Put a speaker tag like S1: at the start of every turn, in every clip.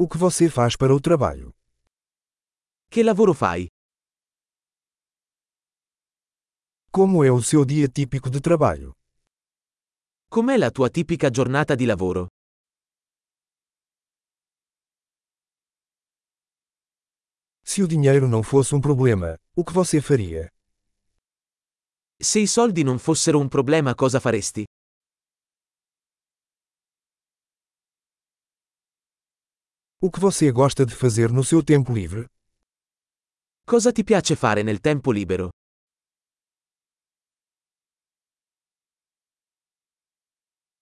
S1: O que você faz para o trabalho?
S2: Che lavoro fai?
S1: Como é o seu dia típico de trabalho?
S2: Com'è la tua tipica giornata di lavoro?
S1: Se o dinheiro não fosse um problema, o que você faria?
S2: Se i soldi non fossero un problema cosa faresti?
S1: O que você gosta de fazer no seu tempo livre?
S2: Cosa ti piace fare nel tempo libero?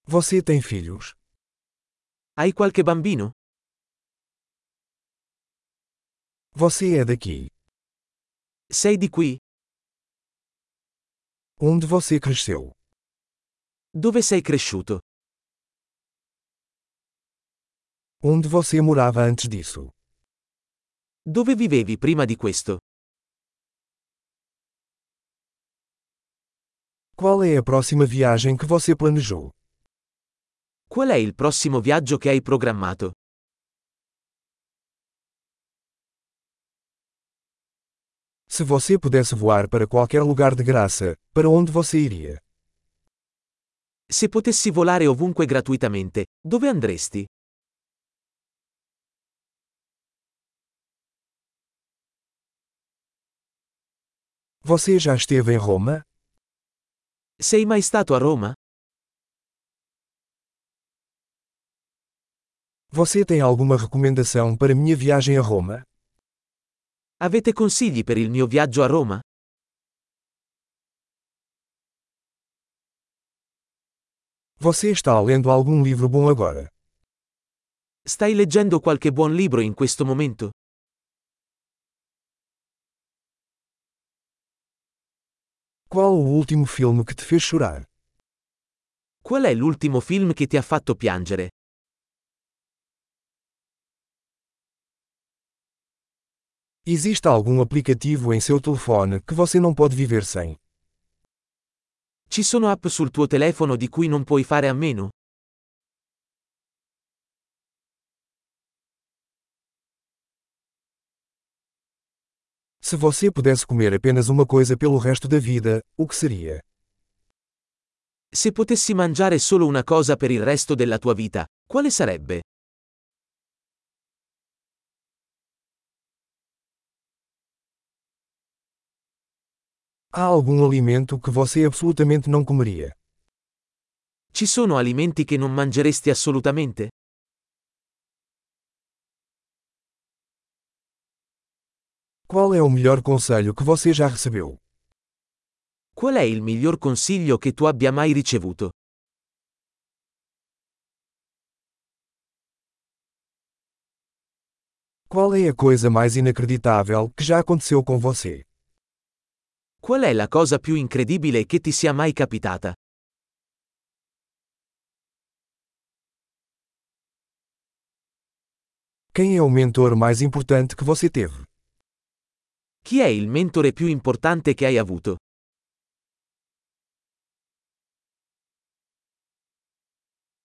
S1: Você tem filhos?
S2: Hai qualche bambino?
S1: Você é daqui?
S2: Sei di qui?
S1: Onde você cresceu?
S2: Dove sei cresciuto?
S1: Onde você morava antes disso?
S2: Dove vivevi prima di questo?
S1: Qual é a próxima viagem que você planejou?
S2: Qual è il prossimo viaggio che hai programmato?
S1: Se você pudesse voar para qualquer lugar de graça, para onde você iria?
S2: Se potessi volare ovunque gratuitamente, dove andresti?
S1: Você já esteve em Roma?
S2: Sei mai stato a Roma?
S1: Você tem alguma recomendação para minha viagem a Roma?
S2: Avete consigli per il mio viaggio a Roma?
S1: Você está lendo algum livro bom agora?
S2: Stai leggendo qualche buon libro in questo momento?
S1: Qual o último filme que te fez chorar?
S2: Qual è l'ultimo film che ti ha fatto piangere?
S1: Existe algum aplicativo em seu telefone que você não pode viver sem?
S2: Ci sono app sul tuo telefono di cui non puoi fare a meno?
S1: Se você pudesse comer apenas uma coisa pelo resto da vida, o que seria?
S2: Se potessi mangiare solo una cosa per il resto della tua vita, quale sarebbe?
S1: Há algum alimento que você absolutamente não comeria?
S2: Ci sono alimenti che non mangeresti assolutamente?
S1: Qual é o melhor conselho que você já recebeu?
S2: Qual è il miglior consiglio che tu abbia mai ricevuto?
S1: Qual é a coisa mais inacreditável que já aconteceu com você?
S2: Qual è la cosa più incredibile che ti sia mai capitata?
S1: Quem é o mentor mais importante que você teve?
S2: Chi è il mentore più importante che hai avuto?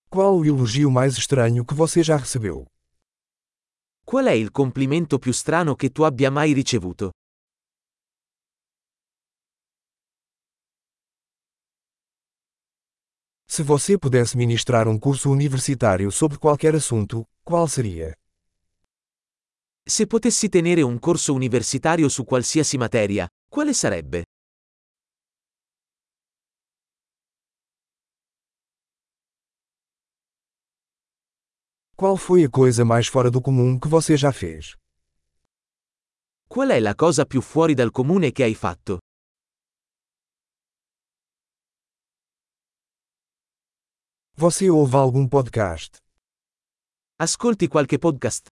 S1: Qual o elogio mais estranho que você já recebeu?
S2: Qual è il complimento più strano che tu abbia mai ricevuto?
S1: Se você pudesse ministrar um curso universitário sobre qualquer assunto, qual seria?
S2: Se potessi tenere un corso universitario su qualsiasi materia, quale sarebbe?
S1: Qual foi a coisa mais fora do comum que você já fez?
S2: Qual è la cosa più fuori dal comune che hai fatto?
S1: Você ouve algum podcast?
S2: Ascolti qualche podcast?